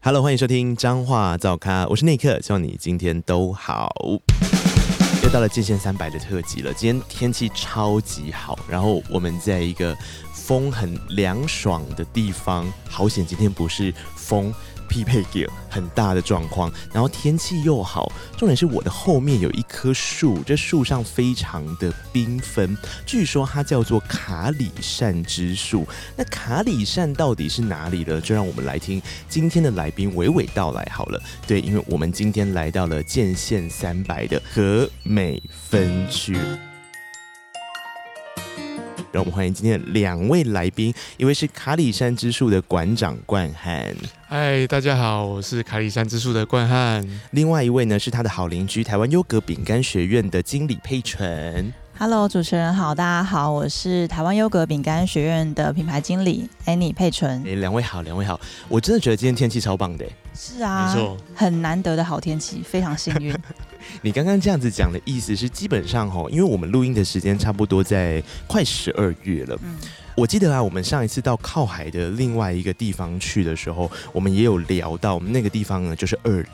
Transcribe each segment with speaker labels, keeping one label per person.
Speaker 1: Hello，欢迎收听彰化造咖，我是内克，希望你今天都好。又到了《剑线三百》的特辑了，今天天气超级好，然后我们在一个风很凉爽的地方，好险今天不是风。匹配给很大的状况，然后天气又好，重点是我的后面有一棵树，这树上非常的缤纷，据说它叫做卡里善之树。那卡里善到底是哪里呢？就让我们来听今天的来宾娓娓道来好了。对，因为我们今天来到了建县三百的和美分区。让我们欢迎今天的两位来宾，一位是卡里山之树的馆长冠汉，
Speaker 2: 嗨，大家好，我是凯里山之树的冠汉。
Speaker 1: 另外一位呢是他的好邻居台湾优格饼干学院的经理佩纯。
Speaker 3: Hello，主持人好，大家好，我是台湾优格饼干学院的品牌经理 Annie 佩纯。
Speaker 1: 哎，两位好，两位好，我真的觉得今天天气超棒的。
Speaker 3: 是啊
Speaker 2: 没错，
Speaker 3: 很难得的好天气，非常幸运。
Speaker 1: 你刚刚这样子讲的意思是，基本上吼，因为我们录音的时间差不多在快十二月了。
Speaker 3: 嗯，
Speaker 1: 我记得啊，我们上一次到靠海的另外一个地方去的时候，我们也有聊到，我们那个地方呢就是二林。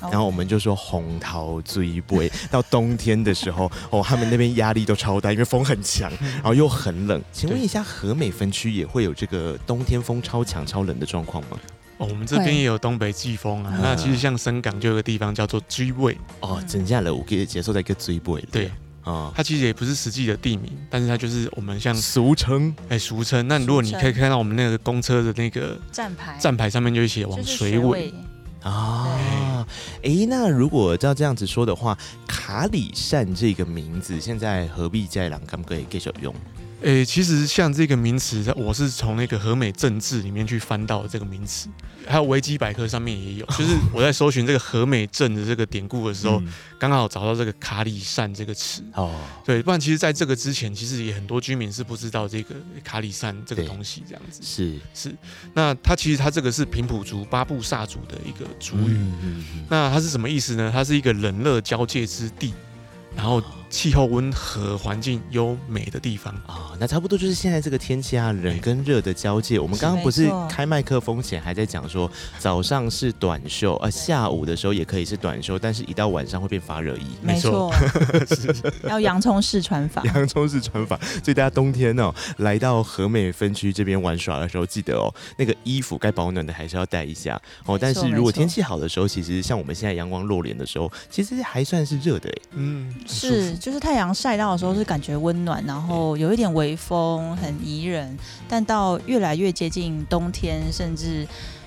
Speaker 3: 哦
Speaker 1: 然后我们就说红桃追杯，到冬天的时候，哦，他们那边压力都超大，因为风很强，然后又很冷。请问一下，和美分区也会有这个冬天风超强、超冷的状况吗？
Speaker 2: 哦，我们这边
Speaker 3: 会
Speaker 2: 也有东北季风啊
Speaker 1: 嗯。
Speaker 2: 那其实像深港就有个地方叫做居位，
Speaker 1: 哦，
Speaker 3: 嗯
Speaker 1: 真假的，我可以接受在一个追杯。
Speaker 2: 对，
Speaker 1: 啊，
Speaker 2: 它其实也不是实际的地名，但是它就是我们像
Speaker 1: 俗称
Speaker 2: 哎俗称。那如果你
Speaker 3: 俗称
Speaker 2: 可以看到我们那个公车的那个
Speaker 3: 站牌
Speaker 2: 站牌上面就会写
Speaker 3: 就
Speaker 2: 往
Speaker 3: 是
Speaker 2: 水尾，，
Speaker 1: 啊。诶，那如果照这样子说的话，卡里善这个名字现在何必在朗港可以继续用？
Speaker 2: 哎，其实像这个名词，我是从那个和美政治里面去翻到的这个名词，还有维基百科上面也有。就是我在搜寻这个和美镇的这个典故 的时候，
Speaker 1: 嗯
Speaker 2: 刚好找到这个卡里善这个词。
Speaker 1: 哦，
Speaker 2: 对，不然其实在这个之前，其实也很多居民是不知道这个卡里山这个
Speaker 1: 对
Speaker 2: 东西这样子。
Speaker 1: 是
Speaker 2: 是，那它其实它这个是平埔族巴布萨族的一个族语。
Speaker 1: 嗯嗯嗯
Speaker 2: 那它是什么意思呢？它是一个冷热交界之地，然
Speaker 1: 哦
Speaker 2: 后气候温和、环境优美的地方。
Speaker 1: 啊、那差不多就是现在这个天气啊，冷跟热的交界。我们
Speaker 3: 是
Speaker 1: 刚刚不
Speaker 3: 没
Speaker 1: 是
Speaker 3: 错
Speaker 1: 开麦克风前还在讲说，早上是短袖，呃，下午的时候也可以是短袖，但是一到晚上会变发热衣。
Speaker 3: 没
Speaker 2: 没错
Speaker 3: 错，要洋葱式穿法。
Speaker 1: 洋葱式穿法， 所以大家冬天哦，来到和美分区这边玩耍的时候，记得哦，那个衣服该保暖的还是要带一下哦。
Speaker 3: 没错
Speaker 1: 但是如果
Speaker 3: 没错
Speaker 1: 天气好的时候，其实像我们现在阳光露脸的时候，其实还算是热的欸诶。
Speaker 2: 嗯，很舒服
Speaker 3: 是，就是太阳晒到的时候是感觉温暖，然后有一点微风，很宜人。但到越来越接近冬天，甚至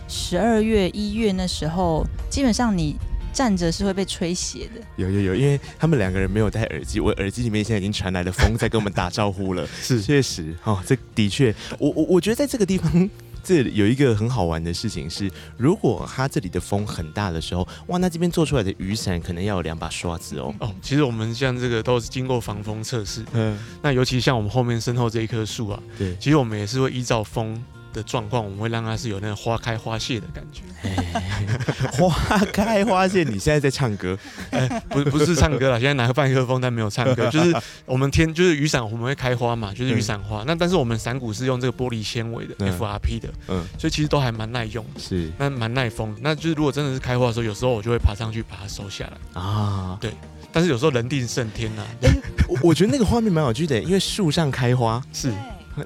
Speaker 3: 十二月、一月那时候，基本上你站着是会被吹斜的。
Speaker 1: 有有有，因为他们两个人没有戴耳机，我耳机里面现在已经传来了风在跟我们打招呼 了。
Speaker 2: 是
Speaker 1: 确实，哦，这的确，我我我觉得在这个地方，这里有一个很好玩的事情是，如果它这里的风很大的时候，哇，那这边做出来的雨伞可能要有两把刷子哦。
Speaker 2: 哦。其实我们像这个都是经过防风测试，
Speaker 1: 嗯，
Speaker 2: 那尤其像我们后面身后这一棵树啊，
Speaker 1: 对，
Speaker 2: 其实我们也是会依照风的状况，我们会让它是有那个花开花谢的感觉。
Speaker 1: 花 开花谢，你现在在唱歌，
Speaker 2: 不不是唱歌了，现在拿个麦克风，但没有唱歌，就是我们天就是雨伞，我们会开花嘛，就是雨伞花。那但是我们伞骨是用这个玻璃纤维的、
Speaker 1: 嗯
Speaker 2: FRP 的，
Speaker 1: 嗯，
Speaker 2: 所以其实都还蛮耐用，
Speaker 1: 是
Speaker 2: 那蛮耐风。那就是如果真的是开花的时候，有时候我就会爬上去把它收下来。
Speaker 1: 啊，
Speaker 2: 但是有时候人定胜天呐、啊
Speaker 1: 我我觉得那个画面蛮有趣的，因为树上开花，
Speaker 2: 是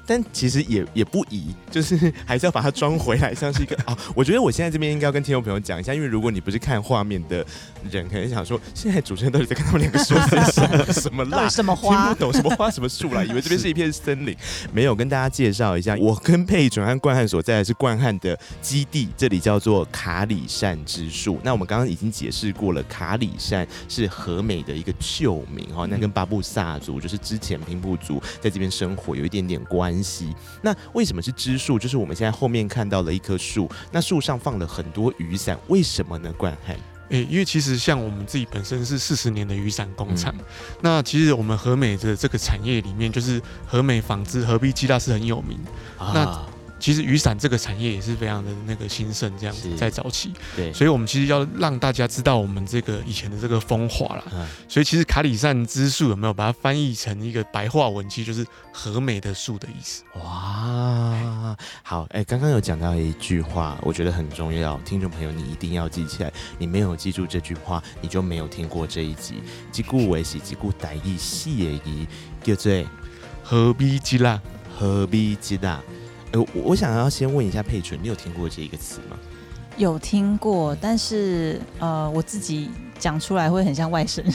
Speaker 1: 但其实也也不宜，就是还是要把它装回来，像是一个 啊。我觉得我现在这边应该要跟听众朋友讲一下，因为如果你不是看画面的人，可能想说，现在主持人到底在跟他们两个说些什么什么
Speaker 3: 到
Speaker 1: 啦
Speaker 3: 底？什么
Speaker 1: 听不
Speaker 3: 花？
Speaker 1: 懂什么花什么树啦，以为这边是一片森林。没有跟大家介绍一下，我跟佩准和冠汉所在的是冠汉的基地，这里叫做卡里善之树。那我们刚刚已经解释过了，卡里善是和美的一个旧名哈，那跟巴布萨族就是之前平埔族在这边生活有一点点关系。那为什么是支树？就是我们现在后面看到了一棵树，那树上放了很多雨伞，为什么呢？冠汉
Speaker 2: 诶、因为其实像我们自己本身是四十年的雨伞工厂，
Speaker 1: 嗯
Speaker 2: 那其实我
Speaker 1: 啊
Speaker 2: 们和美的这个产业里面，就是和美纺织、和必基大是很有名。那其实雨伞这个产业也是非常的那个兴盛，这样子
Speaker 1: 是
Speaker 2: 在早期，
Speaker 1: 对，
Speaker 2: 所以我们其实要让大家知道我们这个以前的这个风华啦。
Speaker 1: 嗯
Speaker 2: 所以其实卡里善之树有没有把它翻译成一个白话文，其实就是和美的树的意思。
Speaker 1: 哇，好，哎、刚刚有讲到一句话，我觉得很重要，听众朋友你一定要记起来。你没有记住这句话，你就没有听过这一集。即故为喜，即故歹意，戏也宜，叫做
Speaker 2: 何必激浪？
Speaker 1: 何必激大。哎、我我想要先问一下佩纯，你有听过这一个词 吗？
Speaker 3: 有听过，但是呃，我自己讲出来会很像外省人。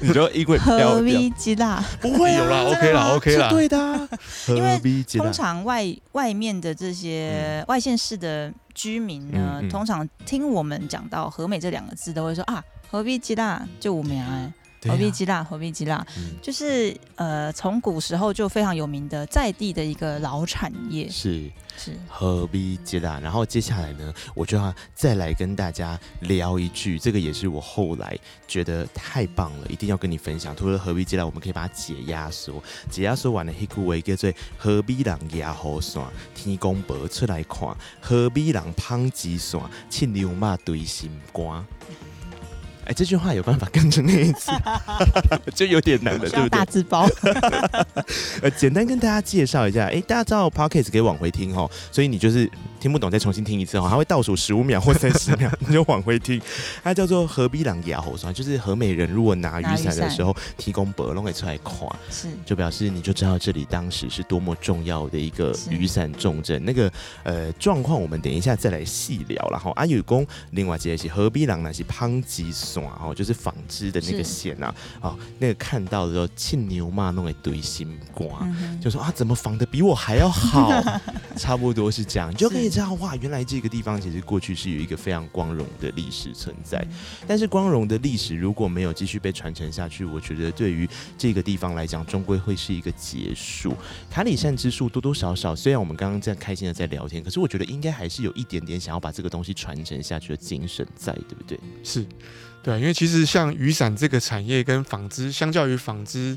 Speaker 1: 你说因为
Speaker 3: 何必激辣？
Speaker 1: 不会、啊、
Speaker 2: 有啦
Speaker 1: 啊真的
Speaker 2: ，OK 啦
Speaker 1: 吗
Speaker 2: ，OK 啦
Speaker 1: 是对的、啊。
Speaker 3: 因为
Speaker 1: 何必激大
Speaker 3: 通？常外外面的这些外县市的居民呢，
Speaker 1: 嗯嗯嗯
Speaker 3: 通常听我们讲到“和美”这两个字，都会说啊，何必激辣？就五苗哎，
Speaker 1: 对啊
Speaker 3: 何必激辣？何必激辣？
Speaker 1: 嗯
Speaker 3: 就是呃，从古时候就非常有名的在地的一个老产业，
Speaker 1: 是
Speaker 3: 是
Speaker 1: 何必接大？然后接下来呢，我就要再来跟大家聊一句，这个也是我后来觉得太棒了，一定要跟你分享。除了何必接大，我们可以把它解压缩，解压缩完了，黑酷维叫做何必人压好线，天公伯出来看，何必人胖子线，七牛马对心肝。哎，这句话有办法跟着念一次，就有点难了，
Speaker 3: 需
Speaker 1: 对
Speaker 3: 要
Speaker 1: 不对
Speaker 3: 大？字包。
Speaker 1: 呃，简单跟大家介绍一下，诶，大家知道 podcast 可以往回听哦，所以你就是听不懂再重新听一次哦，它会倒数十五秒或三十秒，你就往回听。它叫做何必朗牙吼酸，就是和美人如果拿雨伞的时候提供伯弄给出来垮，
Speaker 3: 是
Speaker 1: 就表示你就知道这里当时是多么重要的一个
Speaker 3: 是
Speaker 1: 雨伞重镇。那个呃状况，我们等一下再来细聊啦。然后阿有公另外一个是何必郎那是纺织线哦，就是纺织的那个
Speaker 3: 是
Speaker 1: 线啊，哦，那个看到的时候，庆牛嘛弄个堆心瓜。
Speaker 3: 嗯哼
Speaker 1: 就说啊，怎么防的比我还要好？ 差不多是这样，你就可以知道哇，原来这个地方其实过去是有一个非常光荣的历史存在。
Speaker 3: 嗯
Speaker 1: 但是光荣的历史如果没有继续被传承下去，我觉得对于这个地方来讲，终归会是一个结束。卡里善之树多多少少，虽然我们刚刚这样开心的在聊天，可是我觉得应该还是有一点点想要把这个东西传承下去的精神在，对不对？
Speaker 2: 是，对啊，因为其实像雨伞这个产业跟纺织，相较于纺织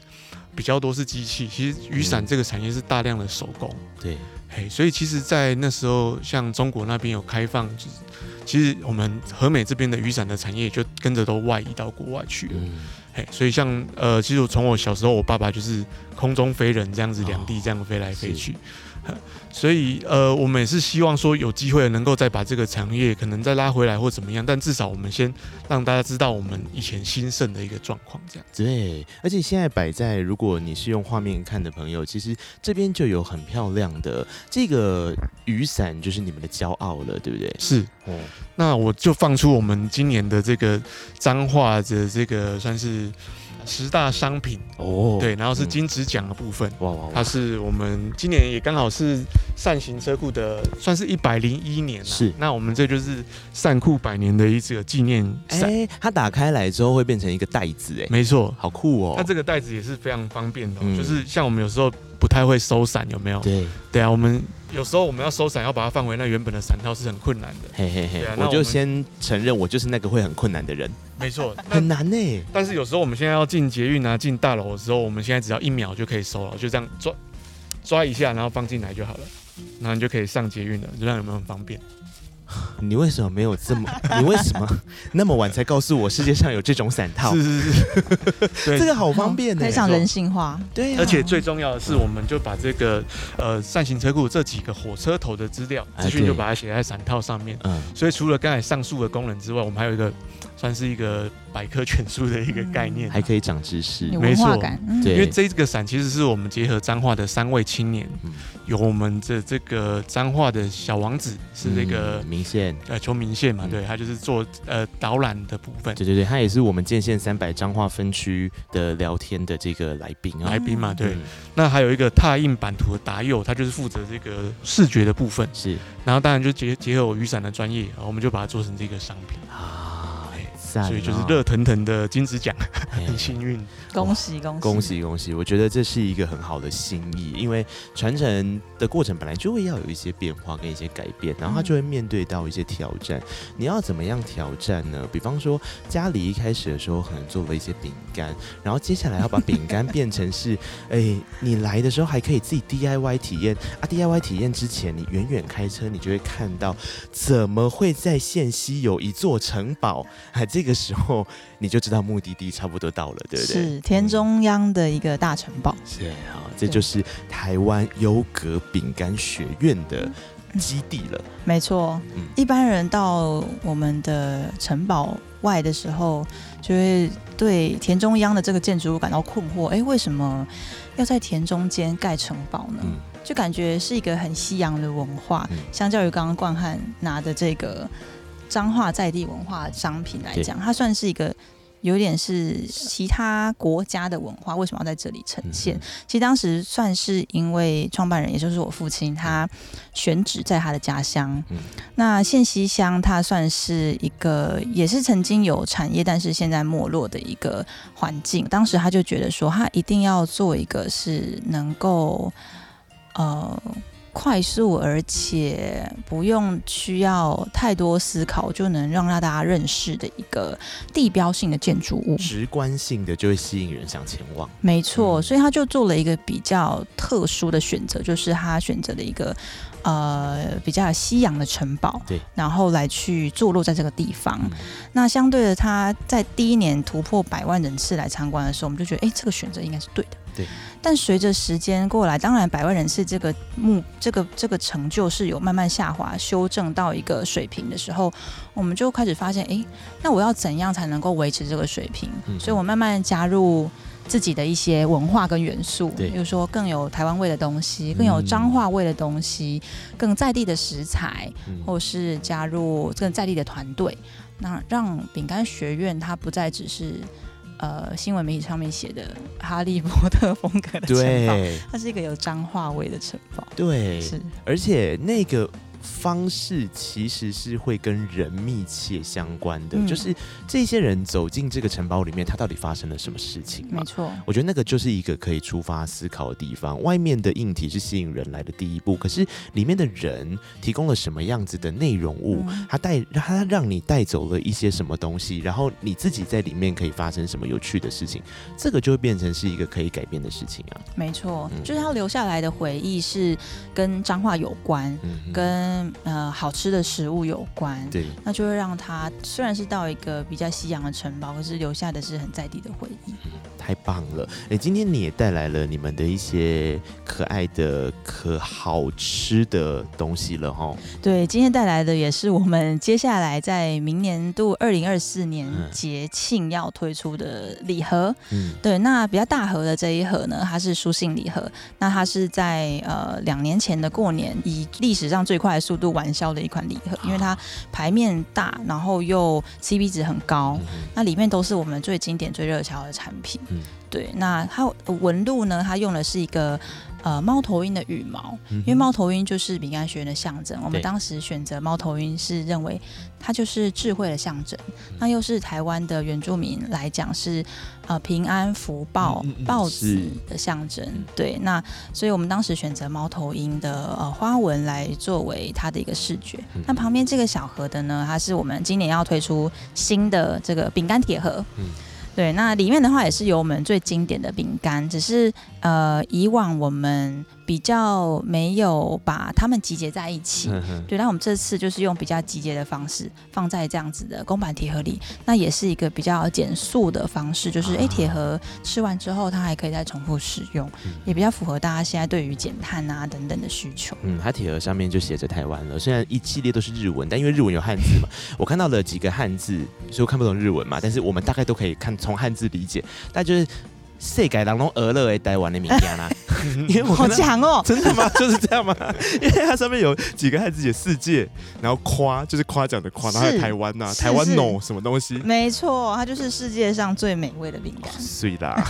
Speaker 2: 比较多是机器，其实雨伞
Speaker 1: 嗯
Speaker 2: 这个产业是大量的手工。
Speaker 1: 对，
Speaker 2: 嘿，所以其实，在那时候，像中国那边有开放，就是其实我们和美这边的雨伞的产业就跟着都外移到国外去了。
Speaker 1: 嗯，
Speaker 2: 嘿，所以像呃，其实我从我小时候，我爸爸就是空中飞人这样子，两地这样飞来飞去。 呵所以呃，我们也是希望说有机会能够再把这个产业可能再拉回来或怎么样，但至少我们先让大家知道我们以前兴盛的一个状况，这样
Speaker 1: 对，而且现在摆在，如果你是用画面看的朋友，其实这边就有很漂亮的这个雨伞，就是你们的骄傲了，对不对？
Speaker 2: 是。
Speaker 1: 哦，
Speaker 2: 那我就放出我们今年的这个彰化的这个算是十大商品，
Speaker 1: 哦
Speaker 2: 对，然后是
Speaker 1: 嗯
Speaker 2: 金质奖的部分。
Speaker 1: 哇哇
Speaker 2: 它
Speaker 1: 哇，
Speaker 2: 是我们今年也刚好是扇形车库的，算是一百零一年了、
Speaker 1: 是
Speaker 2: 那我们这就是扇库百年的一个纪念伞、
Speaker 1: 哎，它打开来之后会变成一个袋子，哎，
Speaker 2: 没错。
Speaker 1: 好酷哦。
Speaker 2: 它这个袋子也是非常方便的哦、
Speaker 1: 嗯
Speaker 2: 就是像我们有时候不太会收伞，有没有？
Speaker 1: 对，
Speaker 2: 对啊，我们有时候我们要收伞，要把它放回那原本的伞套是很困难的。
Speaker 1: 嘿嘿嘿
Speaker 2: 对啊，那
Speaker 1: 我
Speaker 2: 我
Speaker 1: 就
Speaker 2: 们
Speaker 1: 先承认我就是那个会很困难的人，
Speaker 2: 没错，那
Speaker 1: 很难欸呢。
Speaker 2: 但是有时候我们现在要进捷运啊、进大楼的时候，我们现在只要一秒就可以收了，就这样抓抓一下，然后放进来就好了，然后你就可以上捷运了，这样有没有很方便？
Speaker 1: 你为什么没有这么？你为什么那么晚才告诉我世界上有这种伞套？
Speaker 2: 是 是是，对
Speaker 1: 这个好方
Speaker 2: 哦
Speaker 1: 便呢
Speaker 3: 非。常人性化，
Speaker 1: 对啊，
Speaker 2: 而且最重要的是，我们就把这个呃扇形车库这几个火车头的资料
Speaker 1: 哎
Speaker 2: 资讯
Speaker 1: 对
Speaker 2: 就把它写在伞套上面。
Speaker 1: 嗯，
Speaker 2: 所以除了刚才上述的功能之外，我们还有一个算是一个百科全书的一个概念、
Speaker 1: 嗯还可以长知识
Speaker 3: 有。
Speaker 2: 没
Speaker 3: 文
Speaker 2: 错
Speaker 3: 化感。嗯
Speaker 1: 对
Speaker 2: 因为这个伞其实是我们结合彰化的三位青年，
Speaker 1: 嗯
Speaker 2: 有我们的这个彰化的小王子是那个、
Speaker 1: 嗯明线，
Speaker 2: 呃邱明宪嘛，
Speaker 1: 嗯
Speaker 2: 对他就是做呃导览的部分
Speaker 1: 对对对，他也是我们建县三百彰化分区的聊天的这个来宾啊
Speaker 2: 来。宾嘛，哎对。
Speaker 1: 嗯，
Speaker 2: 那还有一个拓印版图的达佑，他就是负责这个视觉的部分。
Speaker 1: 是
Speaker 2: 然后当然就结结合我雨伞的专哎业，然后我们就把它做成这个商品，
Speaker 1: 啊，赞哦，哎
Speaker 2: 所以就是热腾腾的金子奖。
Speaker 1: 嘿
Speaker 2: 很幸运。
Speaker 3: 恭喜恭喜
Speaker 1: 恭！喜恭喜！我觉得这是一个很好的心意，因为传承的过程本来就会要有一些变化跟一些改变，然后他就会面对到一些挑战。你要怎么样挑战呢？比方说，家里一开始的时候可能做了一些饼干，然后接下来要把饼干变成是，哎、你来的时候还可以自己 DIY 体验啊！DIY 体验之前，你远远开车，你就会看到怎么会在县西有一座城堡，啊，这个时候你就知道目的地差不多到了，对不对？
Speaker 3: 是田中央的一个大城堡，
Speaker 1: 是啊，这就是台湾优格饼干学院的
Speaker 3: 嗯
Speaker 1: 基地了。
Speaker 3: 没错
Speaker 1: 嗯。
Speaker 3: 一般人到我们的城堡外的时候，就会对田中央的这个建筑物感到困惑。哎，为什么要在田中间盖城堡呢？
Speaker 1: 嗯，
Speaker 3: 就感觉是一个很西洋的文化，
Speaker 1: 嗯
Speaker 3: 相较于刚刚冠汉拿的这个彰化在地文化商品来讲，它算是一个有点是其他国家的文化，为什么要在这里呈现？
Speaker 1: 嗯
Speaker 3: 其实当时算是因为创办人，也就是我父亲，他选址在他的家乡。
Speaker 1: 嗯
Speaker 3: 那县西乡，它算是一个也是曾经有产业，但是现在没落的一个环境。当时他就觉得说，他一定要做一个是能够呃快速，而且不用需要太多思考就能让大家认识的一个地标性的建筑物。
Speaker 1: 直观性的就会吸引人想前往。
Speaker 3: 没错，
Speaker 1: 嗯
Speaker 3: 所以他就做了一个比较特殊的选择，就是他选择了一个呃比较西洋的城堡，
Speaker 1: 对，
Speaker 3: 然后来去坐落在这个地方。
Speaker 1: 嗯
Speaker 3: 那相对的，他在第一年突破百万人次来参观的时候，我们就觉得，哎、这个选择应该是对的。
Speaker 1: 对。
Speaker 3: 但随着时间过来，当然百万人次这个目这个这个成就是有慢慢下滑，修正到一个水平的时候，我们就开始发现，哎、那我要怎样才能够维持这个水平？
Speaker 1: 嗯
Speaker 3: 所以我慢慢加入。自己的一些文化跟元素，
Speaker 1: 对嗯
Speaker 3: 比如说更有台湾味的东西，更有彰化味的东西，更在地的食材，
Speaker 1: 嗯
Speaker 3: 或是加入更在地的团队，那让饼干学院它不再只是呃新闻媒体上面写的哈利波特风格的城堡，
Speaker 1: 对
Speaker 3: 它是一个有彰化味的城堡。
Speaker 1: 对，
Speaker 3: 是
Speaker 1: 而且那个方式其实是会跟人密切相关的，
Speaker 3: 嗯
Speaker 1: 就是这些人走进这个城堡里面，他到底发生了什么事情嘛
Speaker 3: 没？错，
Speaker 1: 我觉得那个就是一个可以出发思考的地方。外面的硬体是吸引人来的第一步，可是里面的人提供了什么样子的内容物，
Speaker 3: 嗯
Speaker 1: 他带他让你带走了一些什么东西，然后你自己在里面可以发生什么有趣的事情，这个就会变成是一个可以改变的事情啊。
Speaker 3: 没错，
Speaker 1: 嗯
Speaker 3: 就是它留下来的回忆是跟彰化有关，
Speaker 1: 嗯哼，
Speaker 3: 跟呃好吃的食物有关。
Speaker 1: 对，
Speaker 3: 那就会让它虽然是到一个比较西洋的城堡，可是留下的是很在地的回忆。
Speaker 1: 太棒了！哎，今天你也带来了你们的一些可爱的、可好吃的东西了哈。
Speaker 3: 对，今天带来的也是我们接下来在明年度二零二四年
Speaker 1: 嗯
Speaker 3: 节庆要推出的礼盒。
Speaker 1: 嗯，
Speaker 3: 对，那比较大盒的这一盒呢，它是书信礼盒，那它是在呃两年前的过年以历史上最快的速度完销的一款礼盒，因为它牌面大，然后又 CP 值很高。
Speaker 1: 嗯哼
Speaker 3: 那里面都是我们最经典、最热销的产品。
Speaker 1: 嗯
Speaker 3: 对，那它呃纹路呢？它用的是一个呃猫头鹰的羽毛，
Speaker 1: 嗯哼
Speaker 3: 因为猫头鹰就是饼干学院的象征，我
Speaker 1: 对
Speaker 3: 们当时选择猫头鹰是认为它就是智慧的象征，
Speaker 1: 嗯
Speaker 3: 那又是台湾的原住民来讲是呃平安福报
Speaker 1: 嗯嗯嗯
Speaker 3: 报
Speaker 1: 是
Speaker 3: 子的象征
Speaker 1: 嗯。
Speaker 3: 对，那所以我们当时选择猫头鹰的呃花纹来作为它的一个视觉
Speaker 1: 嗯。
Speaker 3: 那旁边这个小盒的呢，它是我们今年要推出新的这个饼干铁盒。
Speaker 1: 嗯
Speaker 3: 对，那里面的话也是有我们最经典的饼干，只是呃，以往我们比较没有把它们集结在一起。
Speaker 1: 嗯哼
Speaker 3: 对，那我们这次就是用比较集结的方式放在这样子的公版铁盒里，那也是一个比较减速的方式，就是
Speaker 1: 啊
Speaker 3: 诶，铁盒吃完之后它还可以再重复使用，
Speaker 1: 嗯
Speaker 3: 也比较符合大家现在对于减碳啊等等的需求。
Speaker 1: 嗯，它铁盒上面就写着台湾了。虽然一系列都是日文，但因为日文有汉字嘛，我看到了几个汉字，所以我看不懂日文嘛。但是我们大概都可以看从汉字理解，但就是世界人拢俄勒的台湾的名家 啦，因为哎我
Speaker 3: 好
Speaker 1: 看到
Speaker 3: 强哦！
Speaker 1: 真的吗？就是这样吗？因为它上面有几个汉字写世界，然后夸就是夸奖的夸，然后还有
Speaker 3: 是
Speaker 1: 台湾呐、
Speaker 3: 是
Speaker 1: 台湾
Speaker 3: 是
Speaker 1: no 什么东西，
Speaker 3: 没错，它就是世界上最美味的饼干。
Speaker 1: 碎啦！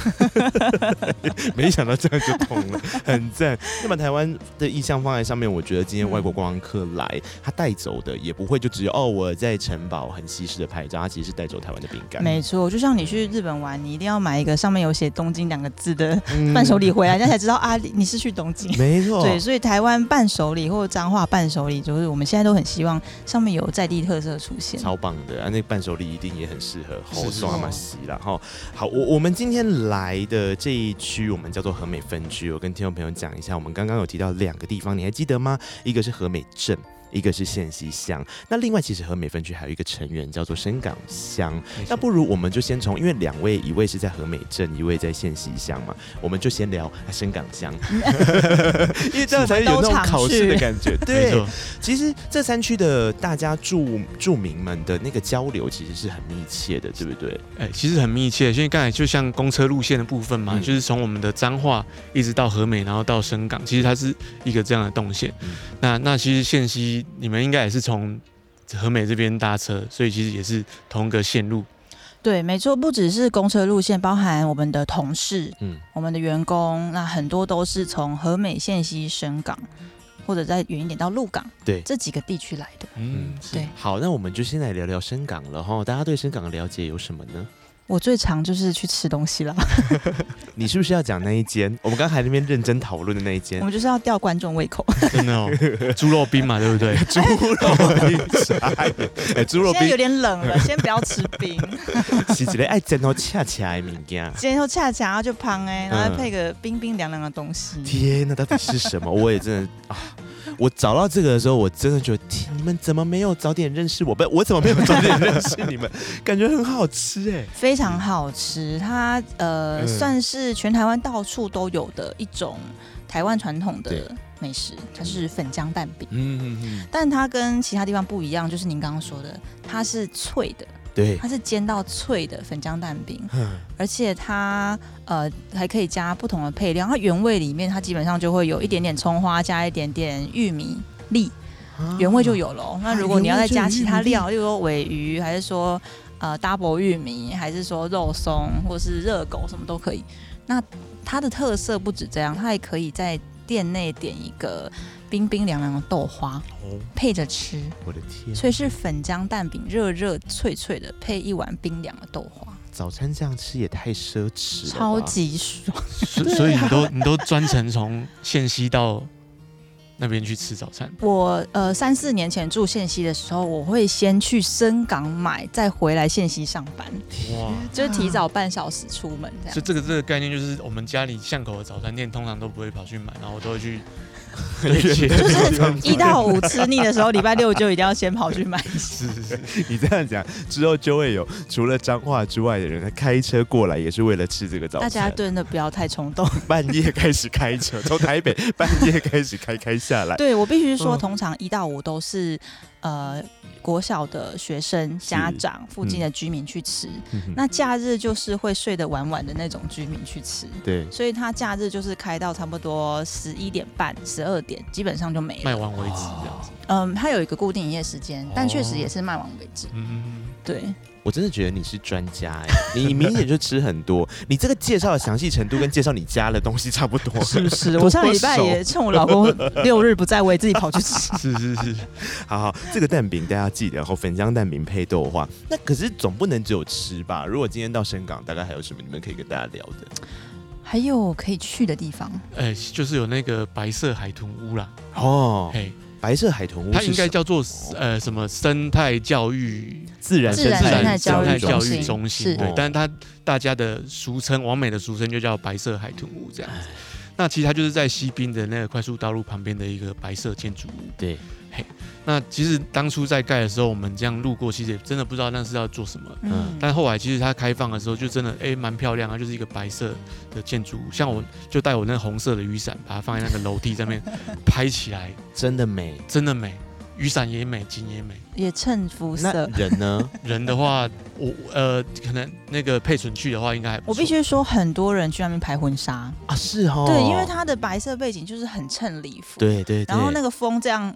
Speaker 1: 没想到这样就通了，很赞。那么台湾的意向放在上面，我觉得今天外国观光客来，他带走的也不会就只有哦我在城堡很西式的拍照，他其实是带走台湾的饼干，
Speaker 3: 没错，就像你去日本玩，你一定要买一个上面有写“东京”两个字的
Speaker 1: 嗯
Speaker 3: 伴手礼回来，人家才知道啊，你是去东京。
Speaker 1: 没错，
Speaker 3: 对，所以台湾伴手礼或彰化伴手礼，就是我们现在都很希望上面有在地特色出现。
Speaker 1: 超棒的啊！那伴手礼一定也很适合
Speaker 2: 是
Speaker 1: 好
Speaker 2: 是
Speaker 1: 爽嘛西啦哈。好，我我们今天来的这一区，我们叫做和美分区。我跟听众朋友讲一下，我们刚刚有提到两个地方，你还记得吗？一个是和美镇。一个是县西乡，那另外其实和美分区还有一个成员叫做深港乡。那啊不如我们就先从，因为两位，一位是在和美镇，一位在县西乡嘛，我们就先聊啊深港乡， 因为这样才有那种考试的感觉。
Speaker 2: 没
Speaker 1: 对，
Speaker 2: 错，
Speaker 1: 其实这三区的大家住住民们的那个交流其实是很密切的，对不对？
Speaker 2: 哎、其实很密切，因为刚才就像公车路线的部分嘛，
Speaker 1: 嗯
Speaker 2: 就是从我们的彰化一直到和美，然后到深港，其实它是一个这样的动线。
Speaker 1: 嗯
Speaker 2: 那那其实县西你们应该也是从和美这边搭车，所以其实也是同一个线路。
Speaker 3: 对，没错，不只是公车路线，包含我们的同事、
Speaker 1: 嗯，
Speaker 3: 我们的员工，那很多都是从和美、县西、深港，或者再远一点到鹿港，
Speaker 1: 对
Speaker 3: 这几个地区来的。
Speaker 1: 嗯
Speaker 2: 嗯，
Speaker 3: 对
Speaker 1: 好，那我们就先来聊聊深港了哈。大家对深港的了解有什么呢？
Speaker 3: 我最常就是去吃东西啦，
Speaker 1: 你是不是要讲那一间？我们刚才那边认真讨论的那一间
Speaker 3: 我。们就是要吊观众胃口。
Speaker 2: 真的哦，猪肉冰嘛，对不对？
Speaker 1: 猪肉冰茶，哎，猪肉
Speaker 3: 现在
Speaker 1: 冰
Speaker 3: 有点冷 了，先不要吃冰，
Speaker 1: 是一个爱枕头恰恰的物件。
Speaker 3: 今天又恰恰然后就胖哎、然后
Speaker 1: 嗯
Speaker 3: 再配个冰冰凉凉的东西。
Speaker 1: 天呐，到底是什么？我也真的啊，我找到这个的时候，我真的觉得，天，你们怎么没有早点认识我？不，我怎么没有早点认识你们？感觉很好吃哎、
Speaker 3: 非常好吃，它呃、
Speaker 1: 嗯
Speaker 3: 算是全台湾到处都有的一种台湾传统
Speaker 1: 对
Speaker 3: 的美食，它是粉浆蛋饼，
Speaker 1: 嗯嗯嗯，
Speaker 3: 但它跟其他地方不一样，就是您刚刚说的，它是脆的，
Speaker 1: 对，
Speaker 3: 它是煎到脆的粉浆蛋饼，
Speaker 1: 嗯
Speaker 3: 而且它呃还可以加不同的配料，它原味里面它基本上就会有一点点葱花，加一点点玉米粒，
Speaker 1: 啊
Speaker 3: 原味就有了哦、那如果你要再加其他料，例如说尾鱼，还是说呃 double 玉米，还是说肉松，或是热狗，什么都可以。那它的特色不止这样，它还可以在店内点一个冰冰凉凉的豆花
Speaker 2: 哦，
Speaker 3: 配着吃，
Speaker 1: 我的天，
Speaker 3: 所以是粉浆蛋饼，热热脆脆的，配一碗冰凉的豆花，
Speaker 1: 早餐这样吃也太奢侈了，
Speaker 3: 超。级爽。
Speaker 2: 所所以你都 你都专程从县西到那边去吃早餐，
Speaker 3: 我呃三四年前住县西的时候，我会先去深港买，再回来县西上班，
Speaker 2: 哇！
Speaker 3: 就是提早半小时出门这样
Speaker 2: 所以。这个这个概念就是，我们家里巷口的早餐店通常都不会跑去买，然后我都会去对切
Speaker 3: 就是一到五吃腻的时候，礼拜六就一定要先跑去买一下。
Speaker 2: 是是是，
Speaker 1: 你这样讲之后，就会有除了彰化之外的人，他开车过来也是为了吃这个早
Speaker 3: 大
Speaker 1: 餐。
Speaker 3: 家真的不要太冲 动。
Speaker 1: 半夜开始开 车，从台北半夜开始开开下来。
Speaker 3: 对我必须说，
Speaker 1: 嗯
Speaker 3: 通常一到五都是呃国小的学生、
Speaker 1: 是
Speaker 3: 家长、附近的居民去吃。
Speaker 1: 嗯
Speaker 3: 那假日就是会睡得晚晚的那种居民去吃，
Speaker 1: 对，
Speaker 3: 所以他假日就是开到差不多十一点半、十二点，基本上就没
Speaker 2: 卖
Speaker 3: 了。
Speaker 2: 完为止这样子。
Speaker 3: 嗯，它有一个固定营业时间，但确实
Speaker 2: 哦
Speaker 3: 也是卖完为 止。
Speaker 2: 嗯，
Speaker 3: 对，
Speaker 1: 我真的觉得你是专家哎、你明显就吃很多。你这个介绍的详细程度跟介绍你家的东西差不多。
Speaker 3: 是不是？我上礼拜也趁我老公六日不在，我也自己跑去吃。
Speaker 2: 是是是，
Speaker 1: 好好，这个蛋饼大家记得，然后粉浆蛋饼配豆花。那可是总不能只有吃吧？如果今天到深港，大概还有什么你们可以跟大家聊的？
Speaker 3: 还有可以去的地方，
Speaker 2: 哎、就是有那个白色海豚屋啦，
Speaker 1: 哦，
Speaker 2: 哎、
Speaker 1: 白色海豚屋
Speaker 2: 它
Speaker 1: 是
Speaker 2: 应
Speaker 1: 什
Speaker 2: 该
Speaker 1: 么
Speaker 2: 叫做呃什么生态教育
Speaker 1: 自然
Speaker 3: 自
Speaker 1: 生
Speaker 3: 然生
Speaker 1: 态
Speaker 3: 态教育
Speaker 1: 育中
Speaker 2: 教
Speaker 3: 中
Speaker 1: 心
Speaker 3: 心
Speaker 2: 育中心，
Speaker 3: 是
Speaker 2: 对
Speaker 1: 哦，
Speaker 2: 但它大家的俗称，完美的俗称就叫白色海豚屋这样子。那其实它就是在西滨的那个快速道路旁边的一个白色建筑物。
Speaker 1: 对，
Speaker 2: 那其实当初在盖的时候，我们这样路过，其实也真的不知道那是要做什么。
Speaker 1: 嗯
Speaker 3: 嗯，
Speaker 2: 但后来其实它开放的时候，就真的哎蛮漂亮啊，就是一个白色的建筑物。像我就带我那红色的雨伞，把它放在那个楼梯上面拍起来，
Speaker 1: 真的美。
Speaker 2: 真的美。雨伞也美，景也美。
Speaker 3: 也衬肤
Speaker 1: 那
Speaker 3: 色。
Speaker 1: 人 呢？
Speaker 2: 人的话，我呃，可能那个配准去的话，应该还不
Speaker 3: 我必
Speaker 2: 错
Speaker 3: 须说，很多人去那边拍婚纱，
Speaker 1: 啊，是哦，
Speaker 3: 对，因为它的白色背景就是很衬礼服，
Speaker 1: 对对对，
Speaker 3: 然后那个风这样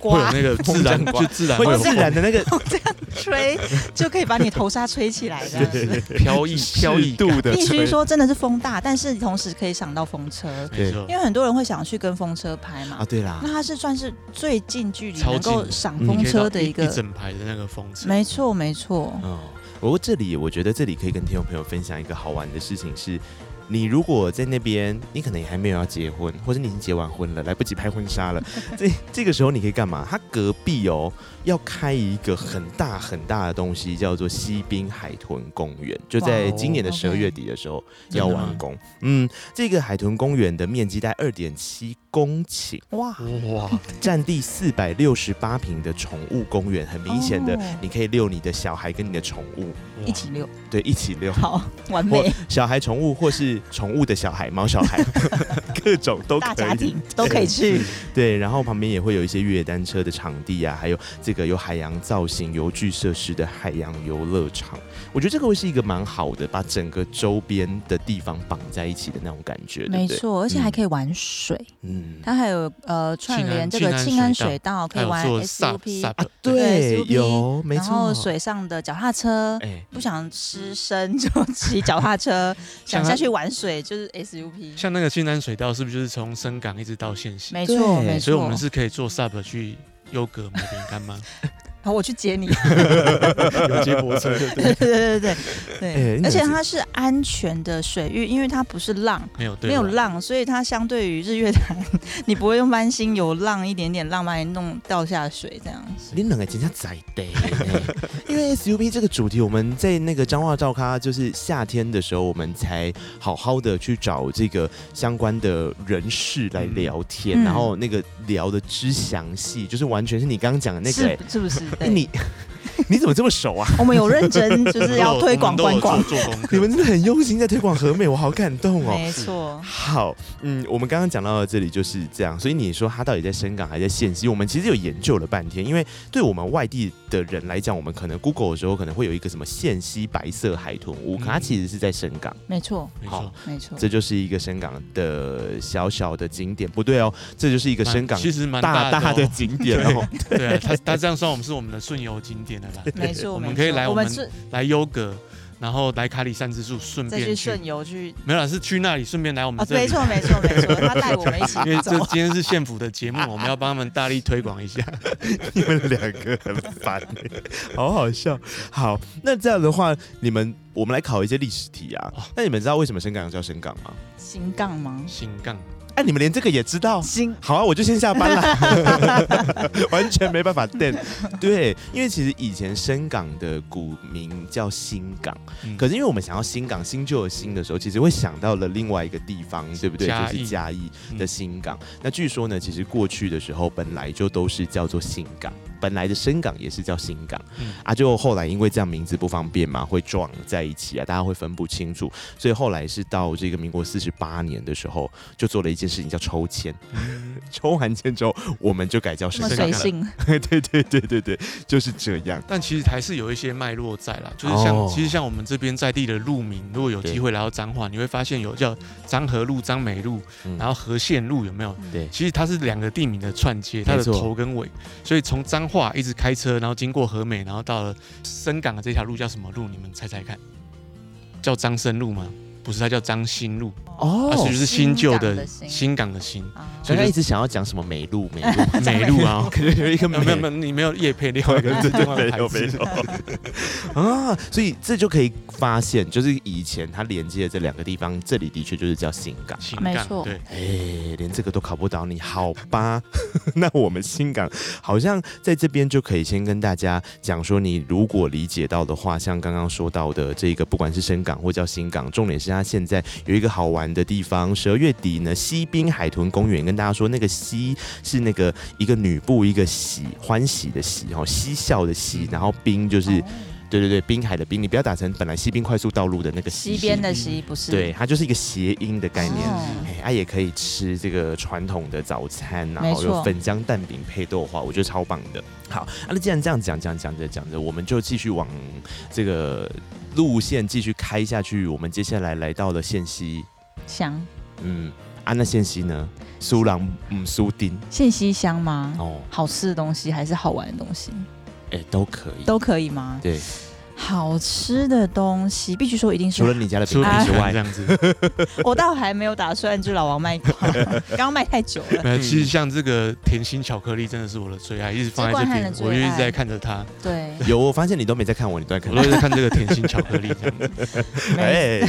Speaker 2: 会有
Speaker 3: 刮，
Speaker 2: 那个自然
Speaker 1: 风筝
Speaker 2: 就自然会
Speaker 1: 会
Speaker 2: 有
Speaker 3: 啊
Speaker 1: 自然的那个
Speaker 3: 这样吹就可以把你头纱吹起来这样子。
Speaker 2: 飘逸飘逸
Speaker 1: 适度的
Speaker 3: 必须
Speaker 1: 吹
Speaker 3: 说真的是风大，但是同时可以想到风车，
Speaker 2: 没错
Speaker 3: 因为很多人会想去跟风车拍嘛。
Speaker 1: 啊，对啦
Speaker 3: 那，它是算是最近距离
Speaker 2: 超
Speaker 3: 能
Speaker 2: 近
Speaker 3: 够赏
Speaker 1: 嗯
Speaker 3: 风
Speaker 2: 你可以到
Speaker 3: 车的
Speaker 2: 一
Speaker 3: 一个，
Speaker 2: 一整排的那个风车，
Speaker 3: 没错没错，
Speaker 1: 哦，不过这里我觉得这里可以跟听众朋友分享一个好玩的事情是。你如果在那边，你可能也还没有要结婚，或者你已经结完婚了，来不及拍婚纱 了。这这个时候你可以干嘛？他隔壁哦，要开一个很大很大的东西，叫做西滨海豚公园，就在
Speaker 2: 哇哦
Speaker 1: 今年的
Speaker 3: ，OK
Speaker 1: 十二月底的时候
Speaker 2: 真的
Speaker 1: 要
Speaker 2: 吗
Speaker 1: 完工。嗯，这个海豚公园的面积在二点七公顷，
Speaker 3: 哇，
Speaker 2: 哇，
Speaker 1: 占地四百六十八平的宠物公园，很明显的
Speaker 3: 哦，
Speaker 1: 你可以遛你的小孩跟你的宠物，
Speaker 2: 哇
Speaker 3: 一起溜，
Speaker 1: 对，一起 遛。
Speaker 3: 好完
Speaker 1: 或
Speaker 3: 美，
Speaker 1: 小孩、宠物，或是宠物的小孩、 猫小孩，各种都可以。
Speaker 3: 大家庭都可以去，
Speaker 1: 对，然后旁边也会有一些越野单车的场地啊，还有这个有海洋造型、游具设施的海洋游乐场。我觉得这个会是一个蛮好的，把整个周边的地方绑在一起的那种感觉，对
Speaker 3: 没
Speaker 1: 不对？
Speaker 3: 错，而且还可以玩水，
Speaker 1: 嗯，
Speaker 3: 它还有呃串
Speaker 2: 庆安
Speaker 3: 联这个
Speaker 2: 庆
Speaker 3: 庆
Speaker 2: 安
Speaker 3: 安
Speaker 2: 水
Speaker 3: 水道，哎可
Speaker 2: 还
Speaker 3: 以
Speaker 2: 有
Speaker 3: 玩
Speaker 2: 做
Speaker 3: SUP，
Speaker 2: SUP
Speaker 1: 啊，
Speaker 3: 对
Speaker 1: 对，
Speaker 3: SUP
Speaker 1: 有，没
Speaker 3: 然
Speaker 1: 错
Speaker 3: 后。水上的脚踏车，
Speaker 1: 哎，
Speaker 3: 不想湿身就骑脚踏车，想
Speaker 2: 它
Speaker 3: 下去玩水就是 SUP，
Speaker 2: 像那个新南水道是不是就是从深港一直到县西？
Speaker 3: 没错
Speaker 1: 对
Speaker 3: 没错，
Speaker 2: 所以我们是可以坐 SUP 去优格买饼干吗？
Speaker 3: 然后我去接你，
Speaker 1: 有接驳车，
Speaker 3: 对对对对
Speaker 1: 哎
Speaker 3: 对，
Speaker 1: 那
Speaker 3: 而且
Speaker 1: 是
Speaker 3: 它是安全的水域，因为它不是浪。
Speaker 2: 没有，对
Speaker 3: 没有
Speaker 2: 吧，
Speaker 3: 浪，所以它相对于日月潭， 你不会用翻新有浪一点点浪把你弄掉下水这样子。
Speaker 1: 你两个真正在地呢， 因为 SUP 这个主题，我们在那个彰化照咖，就是夏天的时候，我们才好好的去找这个相关的人士来聊天，
Speaker 3: 嗯
Speaker 1: 然后那个聊的之详细，就是完全是你刚刚讲的那个、欸
Speaker 3: 是是不是？
Speaker 1: 哎
Speaker 3: 对，
Speaker 1: 你 你怎么这么熟 啊？
Speaker 3: 我们有认 真，就是要推广观
Speaker 2: 我
Speaker 3: 光
Speaker 2: 们，都有做做功课，
Speaker 1: 你们真的很用心在推广和美，我好感动哦。
Speaker 3: 没错，
Speaker 1: 好，嗯，我们刚刚讲到的这里就是这样，所以你说它到底在深港还是在县西，我们其实有研究了半天，因为对我们外地的人来讲，我们可能 Google 的时候可能会有一个什么县西白色海豚屋，可它
Speaker 2: 嗯
Speaker 1: 其实是在深港，
Speaker 3: 没错，
Speaker 2: 没
Speaker 1: 好
Speaker 2: 错，
Speaker 3: 没错。
Speaker 1: 这就是一个深港的小小的景点，不对哦，这就是一个
Speaker 2: 蛮
Speaker 1: 深港
Speaker 2: 其实蛮
Speaker 1: 大
Speaker 2: 大
Speaker 1: 大
Speaker 2: 哦
Speaker 1: 的景点哦，
Speaker 2: 对啊，他他这样算我们是我们的顺游景点的啦。
Speaker 3: 没错，
Speaker 2: 我们
Speaker 3: 没
Speaker 2: 可以
Speaker 3: 错
Speaker 2: 来
Speaker 3: 我
Speaker 2: 我们
Speaker 3: 顺
Speaker 2: 来优格，然后来卡里山之树，顺
Speaker 3: 再
Speaker 2: 便
Speaker 3: 去
Speaker 2: 去
Speaker 3: 顺，游去
Speaker 2: 没有啦，是去那里顺便来我
Speaker 3: 啊
Speaker 2: 们，这
Speaker 3: 没
Speaker 2: 里。
Speaker 3: 错没错没 错，他带我们一
Speaker 2: 因为
Speaker 3: 起
Speaker 2: 这
Speaker 3: 走，
Speaker 2: 今天是县府的节目，我们要帮他们大力推广一下。
Speaker 1: 你们两个很烦、欸，好好笑。好，那这样的话，你们我们来考一些历史题啊
Speaker 2: 哦。
Speaker 1: 那你们知道为什么深港叫深港吗？
Speaker 3: 新杠吗？
Speaker 2: 新杠，
Speaker 1: 哎、你们连这个也知道？
Speaker 3: 新
Speaker 1: 好啊，我就先下班啦， 完全没办法垫。对，因为其实以前深港的古名叫新港，
Speaker 2: 嗯
Speaker 1: 可是因为我们想要新港新旧的新的时候，其实会想到了另外一个地方，对不对？
Speaker 2: 嘉
Speaker 1: 就
Speaker 2: 义嗯
Speaker 1: 是嘉义的新港。那据说呢，其实过去的时候本来就都是叫做新港。本来的深港也是叫新港、
Speaker 2: 嗯
Speaker 1: 啊，就后来因为这样名字不方便嘛，会撞在一起啊，大家会分不清楚，所以后来是到这个民国四十八年的时候，就做了一件事情叫抽签， 抽完签之后，我们就改叫
Speaker 3: 这
Speaker 1: 深
Speaker 3: 么
Speaker 1: 港。
Speaker 3: 随性，
Speaker 1: 对 对对对对对，就是这样。
Speaker 2: 但其实还是有一些脉络在啦，就是像、
Speaker 1: 哦
Speaker 2: 其实像我们这边在地的路名，如果有
Speaker 1: 对
Speaker 2: 机会来到彰化，你会发现有叫彰和路、彰美路，
Speaker 1: 嗯
Speaker 2: 然后和县路有没有？
Speaker 3: 嗯
Speaker 1: 对
Speaker 2: 其实它是两个地名的串接，它
Speaker 1: 没
Speaker 2: 的
Speaker 1: 错
Speaker 2: 头跟尾，所以从彰化一直开车，然后经过和美，然后到了深港的这条路叫什么路？你们猜猜看，叫彰生路吗？不是，它叫彰新路，啊
Speaker 1: 哦
Speaker 2: 它、是就是新旧
Speaker 3: 新港
Speaker 2: 的
Speaker 3: 的新
Speaker 2: 新港的新
Speaker 3: 啊
Speaker 1: 刚
Speaker 2: 所以
Speaker 1: 刚
Speaker 2: 就
Speaker 1: 一直想要讲什么美露美露，
Speaker 2: 美路 啊。
Speaker 1: 可能有一个
Speaker 2: 没有没有没有，你没有叶配另外一个
Speaker 1: 对对
Speaker 2: 另外一个牌子
Speaker 1: 没有没 啊，所以这就可以发现，就是以前它连接的这两个地方，这里的确就是叫新港。
Speaker 2: 新
Speaker 3: 没
Speaker 2: 港
Speaker 3: 错
Speaker 2: 对，
Speaker 1: 哎、连这个都考不倒你，好吧？ 那我们新港好像在这边就可以先跟大家讲说，你如果理解到的话，像刚刚说到的这个，不管是深港或叫新港，重点是它现在有一个好玩的地方。十二月底呢，西滨海豚公园跟大家说，那个西是那个
Speaker 3: 嗯
Speaker 1: 一个女部一个喜欢喜的喜，哦，嬉笑的嬉，然后滨就是
Speaker 3: 哦
Speaker 1: 对对对，滨海的滨，你不要打成本来西滨快速道路的那个
Speaker 3: 西边的西不是
Speaker 1: 对，它就是一个谐音的概念。
Speaker 3: 哦
Speaker 1: 哎，它、也可以吃这个传统的早餐，然
Speaker 3: 没
Speaker 1: 后
Speaker 3: 错
Speaker 1: 有粉浆蛋饼配豆花，我觉得超棒的。好，啊那既然这样讲讲讲着讲着，我们就继续往这个路线继续开下去。我们接下来来到了县西，
Speaker 3: 香
Speaker 1: 嗯，啊，那县西呢？苏朗嗯苏丁
Speaker 3: 信息香吗？
Speaker 1: 哦，
Speaker 3: 好吃的东西还是好玩的东西
Speaker 1: 哎、都可以。
Speaker 3: 都可以吗？
Speaker 1: 对，
Speaker 3: 好吃的东西必须说一定
Speaker 1: 除了
Speaker 3: 是，
Speaker 1: 你家的
Speaker 2: 除
Speaker 1: 饼
Speaker 2: 了
Speaker 1: 干
Speaker 2: 你
Speaker 1: 之
Speaker 2: 喜欢
Speaker 1: 外
Speaker 2: 这，样子，
Speaker 3: 我倒还没有打算去老王卖 瓜，刚刚卖太久了。
Speaker 2: 没有，其实像这个甜心巧克力真的是我的最爱，一直放在这
Speaker 3: 是冠汉
Speaker 2: 边
Speaker 3: 的，最爱
Speaker 2: 我就一直在看着它，
Speaker 3: 对，
Speaker 1: 有我发现你都没在看我，你都在看
Speaker 2: 我都在看这个甜心巧克力这样 子。
Speaker 3: 没
Speaker 1: 哎，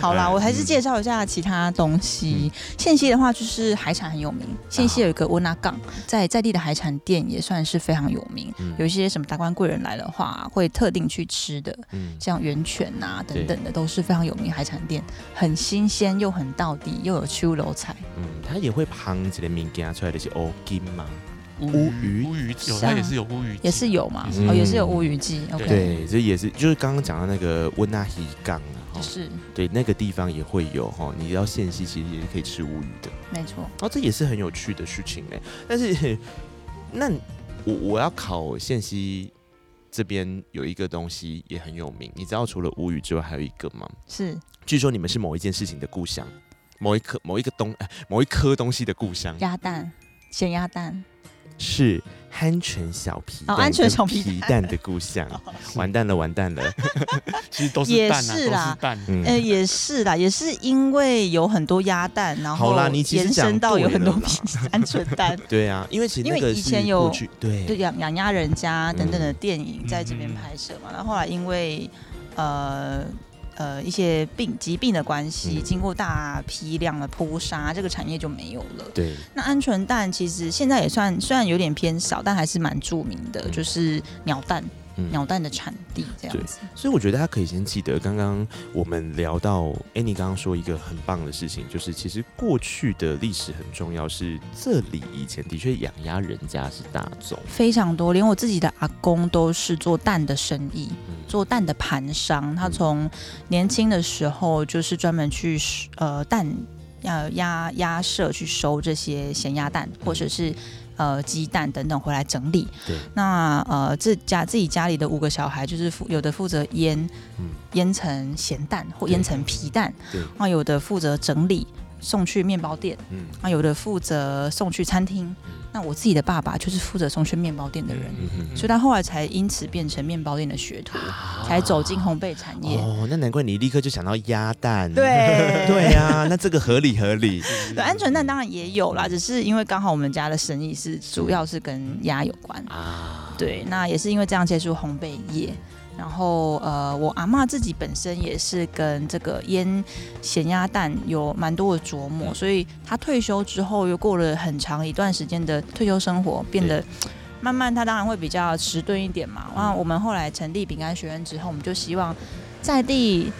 Speaker 3: 好啦，
Speaker 1: 嗯
Speaker 3: 我还是介绍一下其他东西。县西的话，就是海产很有名，县西有一个窝那港，在在地的海产店也算是非常有名。
Speaker 1: 嗯
Speaker 3: 有一些什么达官贵人来的话，会特定去吃的，
Speaker 1: 嗯
Speaker 3: 像源泉啊
Speaker 1: 对
Speaker 3: 等等的，都是非常有名的海产店，很新鲜又很道地，又有秋楼菜。
Speaker 1: 嗯，他也会旁几个物件出来的是欧金嘛，
Speaker 2: 乌
Speaker 1: 鱼
Speaker 2: 乌鱼有，
Speaker 3: 像
Speaker 2: 它也是有乌鱼子，
Speaker 3: 也是有嘛，
Speaker 1: 嗯
Speaker 3: 哦，也是有乌鱼记。OK，
Speaker 1: 对，这也是就是刚刚讲到那个温纳希港啊，哈
Speaker 3: 是
Speaker 1: 对，那个地方也会有哈，你要县西其实也是可以吃乌鱼的，
Speaker 3: 没错。
Speaker 1: 哦，这也是很有趣的事情哎。但是 那我我要考县西这边有一个东西也很有名，你知道除了乌鱼之外还有一个吗？
Speaker 3: 是
Speaker 1: 据说你们是某一件事情的故乡，某一颗某一个东哎某一颗东西的故乡
Speaker 3: 鸭蛋，咸鸭蛋，
Speaker 1: 是鹌鹑小皮
Speaker 3: 哦
Speaker 1: 蛋
Speaker 3: 鹌鹑小
Speaker 1: 跟
Speaker 3: 皮
Speaker 1: 皮
Speaker 3: 蛋哦
Speaker 1: 蛋的故 乡，完蛋了完蛋了，
Speaker 2: 其实都是
Speaker 3: 也
Speaker 2: 蛋啊，
Speaker 3: 是啦
Speaker 2: 都是蛋。
Speaker 1: 嗯
Speaker 3: 呃，也是啦，也是因为有很多鸭蛋，然后
Speaker 1: 好啦你其实
Speaker 3: 延
Speaker 1: 讲
Speaker 3: 伸到有
Speaker 1: 对
Speaker 3: 很
Speaker 1: 了
Speaker 3: 多
Speaker 1: 啦
Speaker 3: 皮鹌鹑 蛋，
Speaker 1: 对啊，因为其实
Speaker 3: 因为
Speaker 1: 那个
Speaker 3: 以
Speaker 1: 是
Speaker 3: 前有
Speaker 1: 过去对
Speaker 3: 就养养鸭人家等等的
Speaker 1: 嗯
Speaker 3: 电影在这边
Speaker 2: 嗯
Speaker 3: 拍摄嘛。然后后来因为呃呃一些病疾病的关系，
Speaker 1: 嗯
Speaker 3: 经过大批量的扑杀，这个产业就没有了。
Speaker 1: 对
Speaker 3: 那鹌鹑蛋其实现在也算虽然有点偏少，但还是蛮著名的，
Speaker 1: 嗯
Speaker 3: 就是鸟蛋
Speaker 1: 嗯
Speaker 3: 鸟蛋的产地这样子。
Speaker 1: 所以我觉得大家可以先记得，刚刚我们聊到 Annie 刚刚说一个很棒的事情，就是其实过去的历史很重要，是这里以前的确养鸭人家是大宗，
Speaker 3: 非常多，连我自己的阿公都是做蛋的生意。
Speaker 1: 嗯，
Speaker 3: 做蛋的盘商，他从年轻的时候就是专门去呃蛋呃鸭鸭舍去收这些咸鸭蛋或者是呃鸡蛋等等回来整理。
Speaker 1: 对，
Speaker 3: 那呃自家自己家里的五个小孩，就是负有的负责腌
Speaker 1: 嗯，
Speaker 3: 腌成咸蛋或
Speaker 1: 对
Speaker 3: 腌成皮蛋
Speaker 1: 对，
Speaker 3: 那有的负责整理送去面包店，
Speaker 1: 嗯
Speaker 3: 那有的负责送去餐厅。那我自己的爸爸就是负责送去面包店的人。
Speaker 1: 嗯嗯
Speaker 3: 所以他后来才因此变成面包店的学徒，才走进烘焙产业。
Speaker 1: 哦，那难怪你立刻就想到鸭蛋，
Speaker 3: 对
Speaker 1: 对呀、那这个合理合 理，
Speaker 3: 对，鹌鹑蛋当然也有啦，只是因为刚好我们家的生意是主要是跟鸭有关。
Speaker 1: 啊，
Speaker 3: 对，那也是因为这样接触烘焙业。然后，呃，我阿嬷自己本身也是跟这个腌咸鸭蛋有蛮多的琢磨，所以她退休之后又过了很长一段时间的退休生活，变得慢慢她当然会比较迟钝一点嘛。那我们后来成立饼干学院之后，我们就希望在地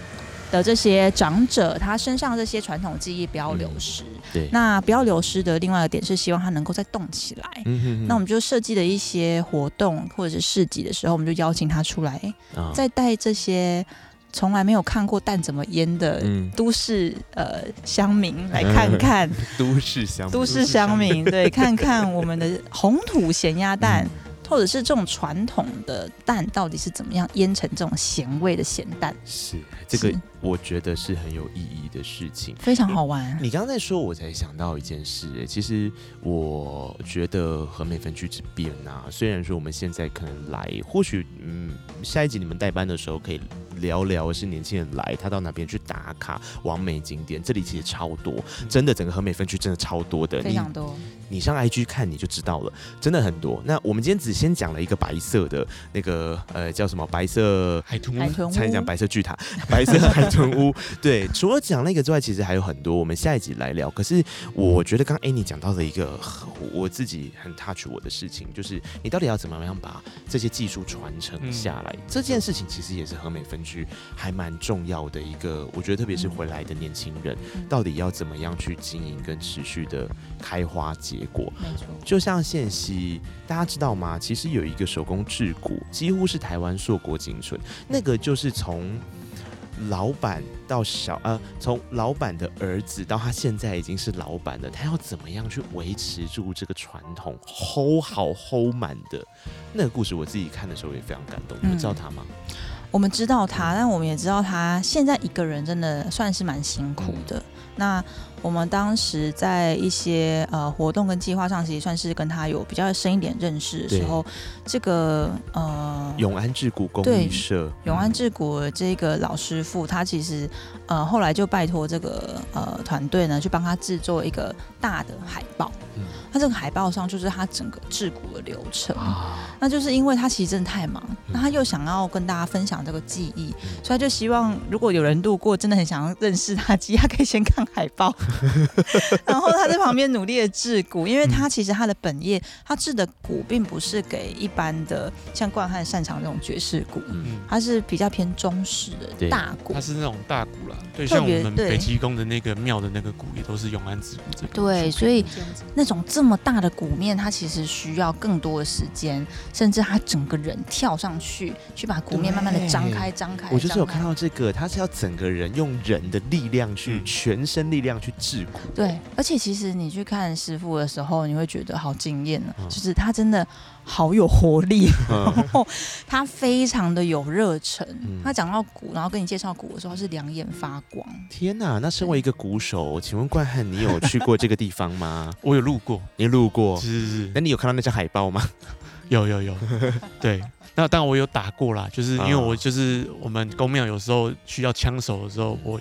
Speaker 3: 的这些长者，他身上这些传统技艺不要流失。
Speaker 1: 对
Speaker 3: 那不要流失的另外一个点是，希望它能够再动起来。
Speaker 1: 嗯哼
Speaker 3: 那我们就设计了一些活动或者是市集的时候，我们就邀请他出来，诶
Speaker 1: 们
Speaker 3: 再带这些从来没有看过蛋怎么腌的
Speaker 1: 嗯，
Speaker 3: 都市呃乡民来看 看，
Speaker 1: 都市嗯乡
Speaker 3: 都市乡民对，看看我们的红土咸鸭蛋。
Speaker 1: 嗯
Speaker 3: 或者是这种传统的蛋到底是怎么样腌成这种咸味的咸蛋，
Speaker 1: 是这个
Speaker 3: 是，
Speaker 1: 我觉得是很有意义的事情。
Speaker 3: 非常好玩。
Speaker 1: 你刚才说，我才想到一件事、欸。其实我觉得和美分区这边啊，虽然说我们现在可能来，或许嗯，下一集你们代班的时候可以聊聊，是年轻人来他到哪边去打卡完美景点，这里其实超多，真的整个和美分区真的超多的。
Speaker 3: 嗯非
Speaker 1: 你
Speaker 3: 常多，
Speaker 1: 你上 IG 看你就知道了，真的很多。那我们今天只先讲了一个白色的那个呃叫什么白色
Speaker 2: 海豚
Speaker 3: 海
Speaker 2: 屋
Speaker 3: 豚屋
Speaker 1: 参讲白色巨塔、 白色海豚屋。对，除了讲那个之外，其实还有很多，我们下一集来聊。可是我觉得刚 Annie 讲到的一个我我自己很 touch 我的事情，
Speaker 2: 嗯
Speaker 1: 就是你到底要怎么样把这些技术传承下来？这件事情其实也是和美分区还蛮重要的一个，我觉得特别是回来的年轻人，到底要怎么样去经营跟持续的开花结果。
Speaker 3: 没错，
Speaker 1: 就像线溪，大家知道吗？其实有一个手工制鼓，几乎是台湾硕果仅存。那个就是从老板到小呃，从老板的儿子到他现在已经是老板了，他要怎么样去维持住这个传统齁好齁满的那个故事？我自己看的时候也非常感动。你们知道他吗？
Speaker 3: 我们知道他，但我们也知道他现在一个人真的算是蛮辛苦的。那我们当时在一些呃活动跟计划上，其实算是跟他有比较深一点认识的时候，这个呃
Speaker 1: 永安制鼓公益
Speaker 3: 对
Speaker 1: 社，
Speaker 3: 永安治国的这个老师傅，他其实呃后来就拜托这个呃团队呢，去帮他制作一个大的海报。
Speaker 1: 嗯
Speaker 3: 他这个海报上就是他整个制骨的流程。
Speaker 1: 啊，嗯
Speaker 3: 那就是因为他其实真的太忙，那他又想要跟大家分享这个技艺，所以他就希望如果有人路过，真的很想要认识他技艺，他可以先看海 报，然后他在旁边努力的制鼓，
Speaker 1: 嗯
Speaker 3: 因为他其实他的本业，他制的鼓并不是给一般的像冠汉擅长这种爵士鼓，
Speaker 1: 嗯，
Speaker 2: 嗯，
Speaker 3: 它是比较偏中式
Speaker 1: 对
Speaker 3: 的大鼓
Speaker 2: 它，是那种大鼓啦，对，
Speaker 3: 特
Speaker 2: 像我
Speaker 3: 别
Speaker 2: 们
Speaker 3: 对
Speaker 2: 北极宫的那个庙的那个鼓也都是永安之鼓这个。
Speaker 3: 对，所以
Speaker 2: 这样子
Speaker 3: 那种这么大的鼓面，它其实需要更多的时间，甚至他整个人跳上去，去把鼓面慢慢的张开、张开。
Speaker 1: 我就是有
Speaker 3: 张开
Speaker 1: 看到这个，他是要整个人用人的力量去、
Speaker 2: 嗯
Speaker 1: 全身力量去制鼓。
Speaker 3: 对，而且其实你去看师傅的时候，你会觉得好惊艳呢、
Speaker 1: 嗯
Speaker 3: 就是他真的好有活力，
Speaker 1: 嗯
Speaker 3: 然后他非常的有热忱。
Speaker 1: 嗯
Speaker 3: 他讲到鼓，然后跟你介绍鼓的时候，他是两眼发光。
Speaker 1: 天呐，那身为一个鼓手，请问冠汉，你有去过这个地方吗？
Speaker 2: 我有路过，
Speaker 1: 你路过？
Speaker 2: 是是是
Speaker 1: 那，你有看到那张海报吗？
Speaker 2: 有有 有，对。那当然我有打过啦，就是因为我就是我们公庙有时候需要枪手的时候，我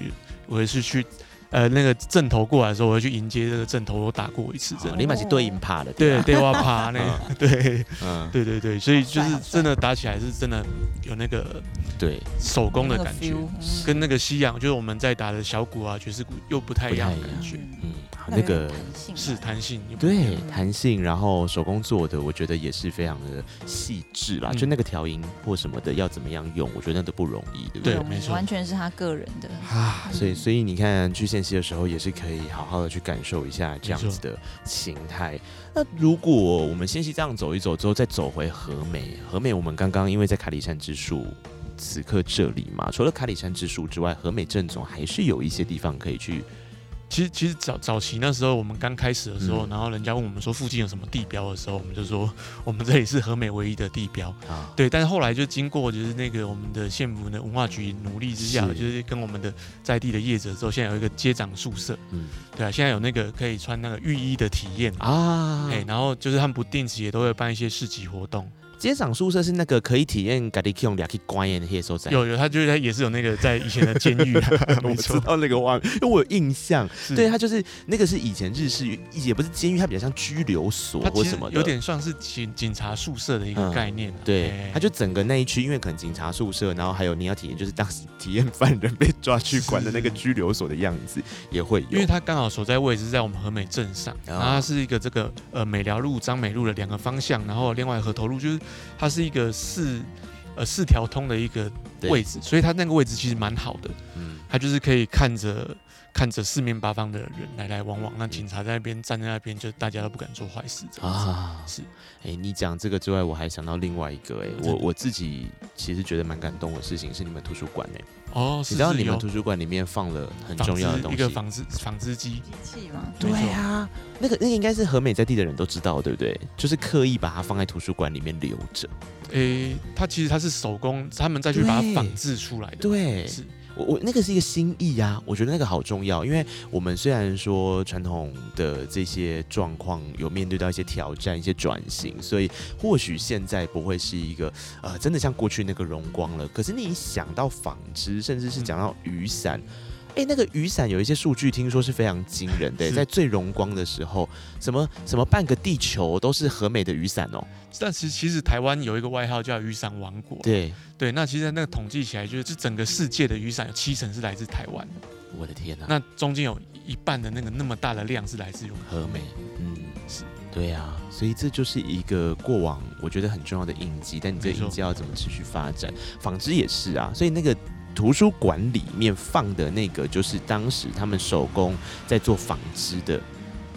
Speaker 2: 我也是去呃那个阵头过来的时候，我会去迎接这个阵头，我打过一次
Speaker 1: 哦
Speaker 2: 这样。
Speaker 1: 你满是对影趴的，
Speaker 2: 对
Speaker 1: 吧
Speaker 2: 对，我爬那个，对
Speaker 1: 嗯，
Speaker 2: 对对对，所以就
Speaker 3: 好帅
Speaker 2: 是
Speaker 3: 好帅
Speaker 2: 真的打起来是真的有那个
Speaker 1: 对，
Speaker 2: 手工的
Speaker 3: 那个
Speaker 2: 感觉
Speaker 3: feel，，嗯
Speaker 2: 跟那个西洋就是我们在打的小鼓啊、爵士鼓又不太一样的感觉，
Speaker 1: 嗯，好
Speaker 3: 有
Speaker 1: 那
Speaker 3: 点
Speaker 1: 个
Speaker 3: 弹性
Speaker 2: 是
Speaker 3: 啊
Speaker 2: 弹性。又不一样
Speaker 1: 对弹性，然后手工做的，我觉得也是非常的细致啦。
Speaker 2: 嗯
Speaker 1: 就那个调音或什么的，要怎么样用，我觉得那都不容易，对不
Speaker 2: 对
Speaker 1: 对？
Speaker 3: 容易
Speaker 2: 没错
Speaker 3: 完全是他个人的。
Speaker 1: 啊，所以所以你看去县西的时候，也是可以好好的去感受一下这样子的形态。那如果我们县西这样走一走之后，再走回和美，和美我们刚刚因为在卡里山之树，此刻这里嘛，除了卡里山之树之外，和美正总还是有一些地方可以去。
Speaker 2: 其实其实早早期那时候我们刚开始的时候，
Speaker 1: 嗯
Speaker 2: 然后人家问我们说附近有什么地标的时候，我们就说 我们这里是和美唯一的地标。
Speaker 1: 啊，
Speaker 2: 对，但是后来就经过就是那个我们的县府的文化局努力之下，
Speaker 1: 是
Speaker 2: 就是跟我们的在地的业者之后，现在有一个接长宿舍，
Speaker 1: 嗯
Speaker 2: 对啊，现在有那个可以穿那个浴衣的体验。
Speaker 1: 啊，
Speaker 2: 哎、然后就是他们不定期也都会办一些市集活动，
Speaker 1: 街长宿舍是那个可以体验咖喱 Q 俩去关的那些所在。
Speaker 2: 有有，他就是他也是有那个在以前的监狱、啊，
Speaker 1: 我
Speaker 2: 没
Speaker 1: 知
Speaker 2: 错，
Speaker 1: 道那个画面，因为我有印象。
Speaker 2: 是
Speaker 1: 对，它就是那个是以前日式，也不是监狱，它比较像拘留所
Speaker 2: 它
Speaker 1: 或
Speaker 2: 其实
Speaker 1: 什么的，
Speaker 2: 有点像是警警察宿舍的一个
Speaker 1: 嗯
Speaker 2: 概念、啊
Speaker 1: 对
Speaker 2: 哎，
Speaker 1: 他就整个那一区，因为可能警察宿舍，然后还有你要体验，就是当时体验犯人被抓去关的那个拘留所的样 子，也会
Speaker 2: 因
Speaker 1: 有
Speaker 2: 为。它刚好所在位置是在我们和美镇上，然后它
Speaker 1: 哦
Speaker 2: 是一个这个呃美寮路、张美路的两个方向，然后另外河头路就是它是一个四呃四条通的一个
Speaker 1: 对
Speaker 2: 位置，所以它那个位置其实蛮好的，
Speaker 1: 嗯，
Speaker 2: 它就是可以看着看着四面八方的人来来往往，那警察在那边站在那边，就大家都不敢做坏事这样子。
Speaker 1: 啊，
Speaker 2: 是
Speaker 1: 哎、你讲这个之外，我还想到另外一个、哎，我我自己其实觉得蛮感动的事情是你们图书馆、哎，
Speaker 2: 哦，是
Speaker 1: 你知道
Speaker 2: 是
Speaker 1: 你们
Speaker 2: 有
Speaker 1: 图书馆里面放了很
Speaker 2: 纺
Speaker 1: 重要的
Speaker 2: 织
Speaker 1: 东
Speaker 2: 一个
Speaker 1: 西，
Speaker 2: 纺织纺织机，
Speaker 3: 机器嘛，
Speaker 2: 没错
Speaker 1: 对啊，那个那个应该是和美在地的人都知道，对不对？就是刻意把它放在图书馆里面留着，
Speaker 2: 诶，它其实它是手工，他们再去把
Speaker 1: 对
Speaker 2: 它仿制出来的。
Speaker 1: 对，
Speaker 2: 是
Speaker 1: 我我那个是一个心意啊，我觉得那个好重要，因为我们虽然说传统的这些状况有面对到一些挑战、一些转型，所以或许现在不会是一个呃真的像过去那个荣光了。可是你一想到纺织，甚至是讲到雨伞。诶，那个雨伞有一些数据，听说是非常惊人的，
Speaker 2: 是
Speaker 1: 在最荣光的时候，什么什么半个地球都是和美的雨伞哦。
Speaker 2: 但其实其实台湾有一个外号叫雨伞王国，
Speaker 1: 对，
Speaker 2: 对，那其实那个统计起来，就是这整个世界的雨伞有七成是来自台湾，
Speaker 1: 我的天哪、
Speaker 2: 那中间有一半的那个那么大的量是来自于我们
Speaker 1: 和美，嗯，
Speaker 2: 是，
Speaker 1: 对啊，所以这就是一个过往我觉得很重要的印记，但你这个
Speaker 2: 没错
Speaker 1: 印记要怎么持续发展？纺织也是啊，所以那个图书馆里面放的那个，就是当时他们手工在做纺织的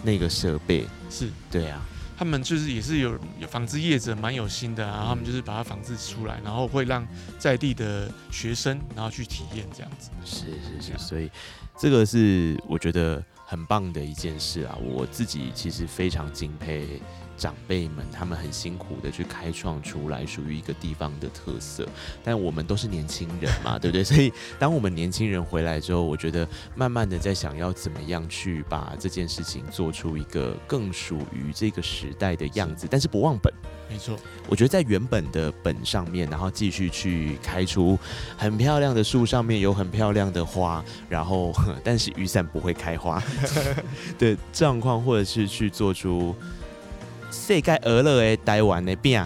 Speaker 1: 那个设备。
Speaker 2: 是
Speaker 1: 对啊，
Speaker 2: 他们就是也是有有纺织业者蛮有心的啊，他们就是把它纺织出来，然后会让在地的学生然后去体验这样子。
Speaker 1: 是是
Speaker 2: 对啊
Speaker 1: 是，所以这个是我觉得很棒的一件事啊！我自己其实非常敬佩长辈们，他们很辛苦的去开创出来属于一个地方的特色。但我们都是年轻人 嘛，对不对？所以当我们年轻人回来之后，我觉得慢慢的在想要怎么样去把这件事情做出一个更属于这个时代的样子，但是不忘本。
Speaker 2: 没错，
Speaker 1: 我觉得在原本的本上面，然后继续去开出很漂亮的树，上面有很漂亮的花，然后但是雨伞不会开花 的状况，或者是去做出世界俄勒诶台湾的变，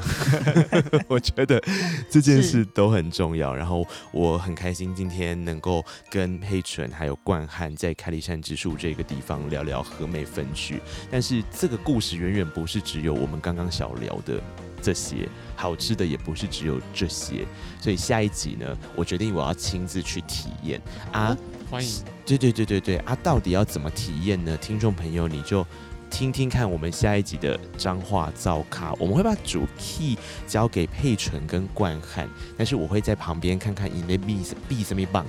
Speaker 1: 我觉得这件事都很重要。然后我很开心今天能够跟黑纯还有冠汉在开里山之树这个地方聊聊和美分区，但是这个故事远远不是只有我们刚刚小聊的。这些好吃的也不是只有这些，所以下一集呢，我决定我要亲自去体验啊！
Speaker 2: 欢迎
Speaker 1: 对对对对对啊！到底要怎么体验呢？听众朋友，你就听听看我们下一集的彰化造咖，我们会把主 key 交给佩纯跟冠汉，但是我会在旁边看看你那 B 币什么棒。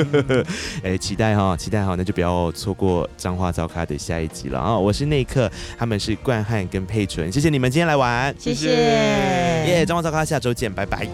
Speaker 1: 哎、期待哈、期待哈、那就不要错过彰化造咖的下一集了啊、我是内克，他们是冠汉跟佩纯，谢谢你们今天来玩，
Speaker 3: 谢
Speaker 2: 谢
Speaker 3: 谢，
Speaker 2: 谢
Speaker 3: 哎
Speaker 1: 耶！彰化造咖，下周见，拜拜。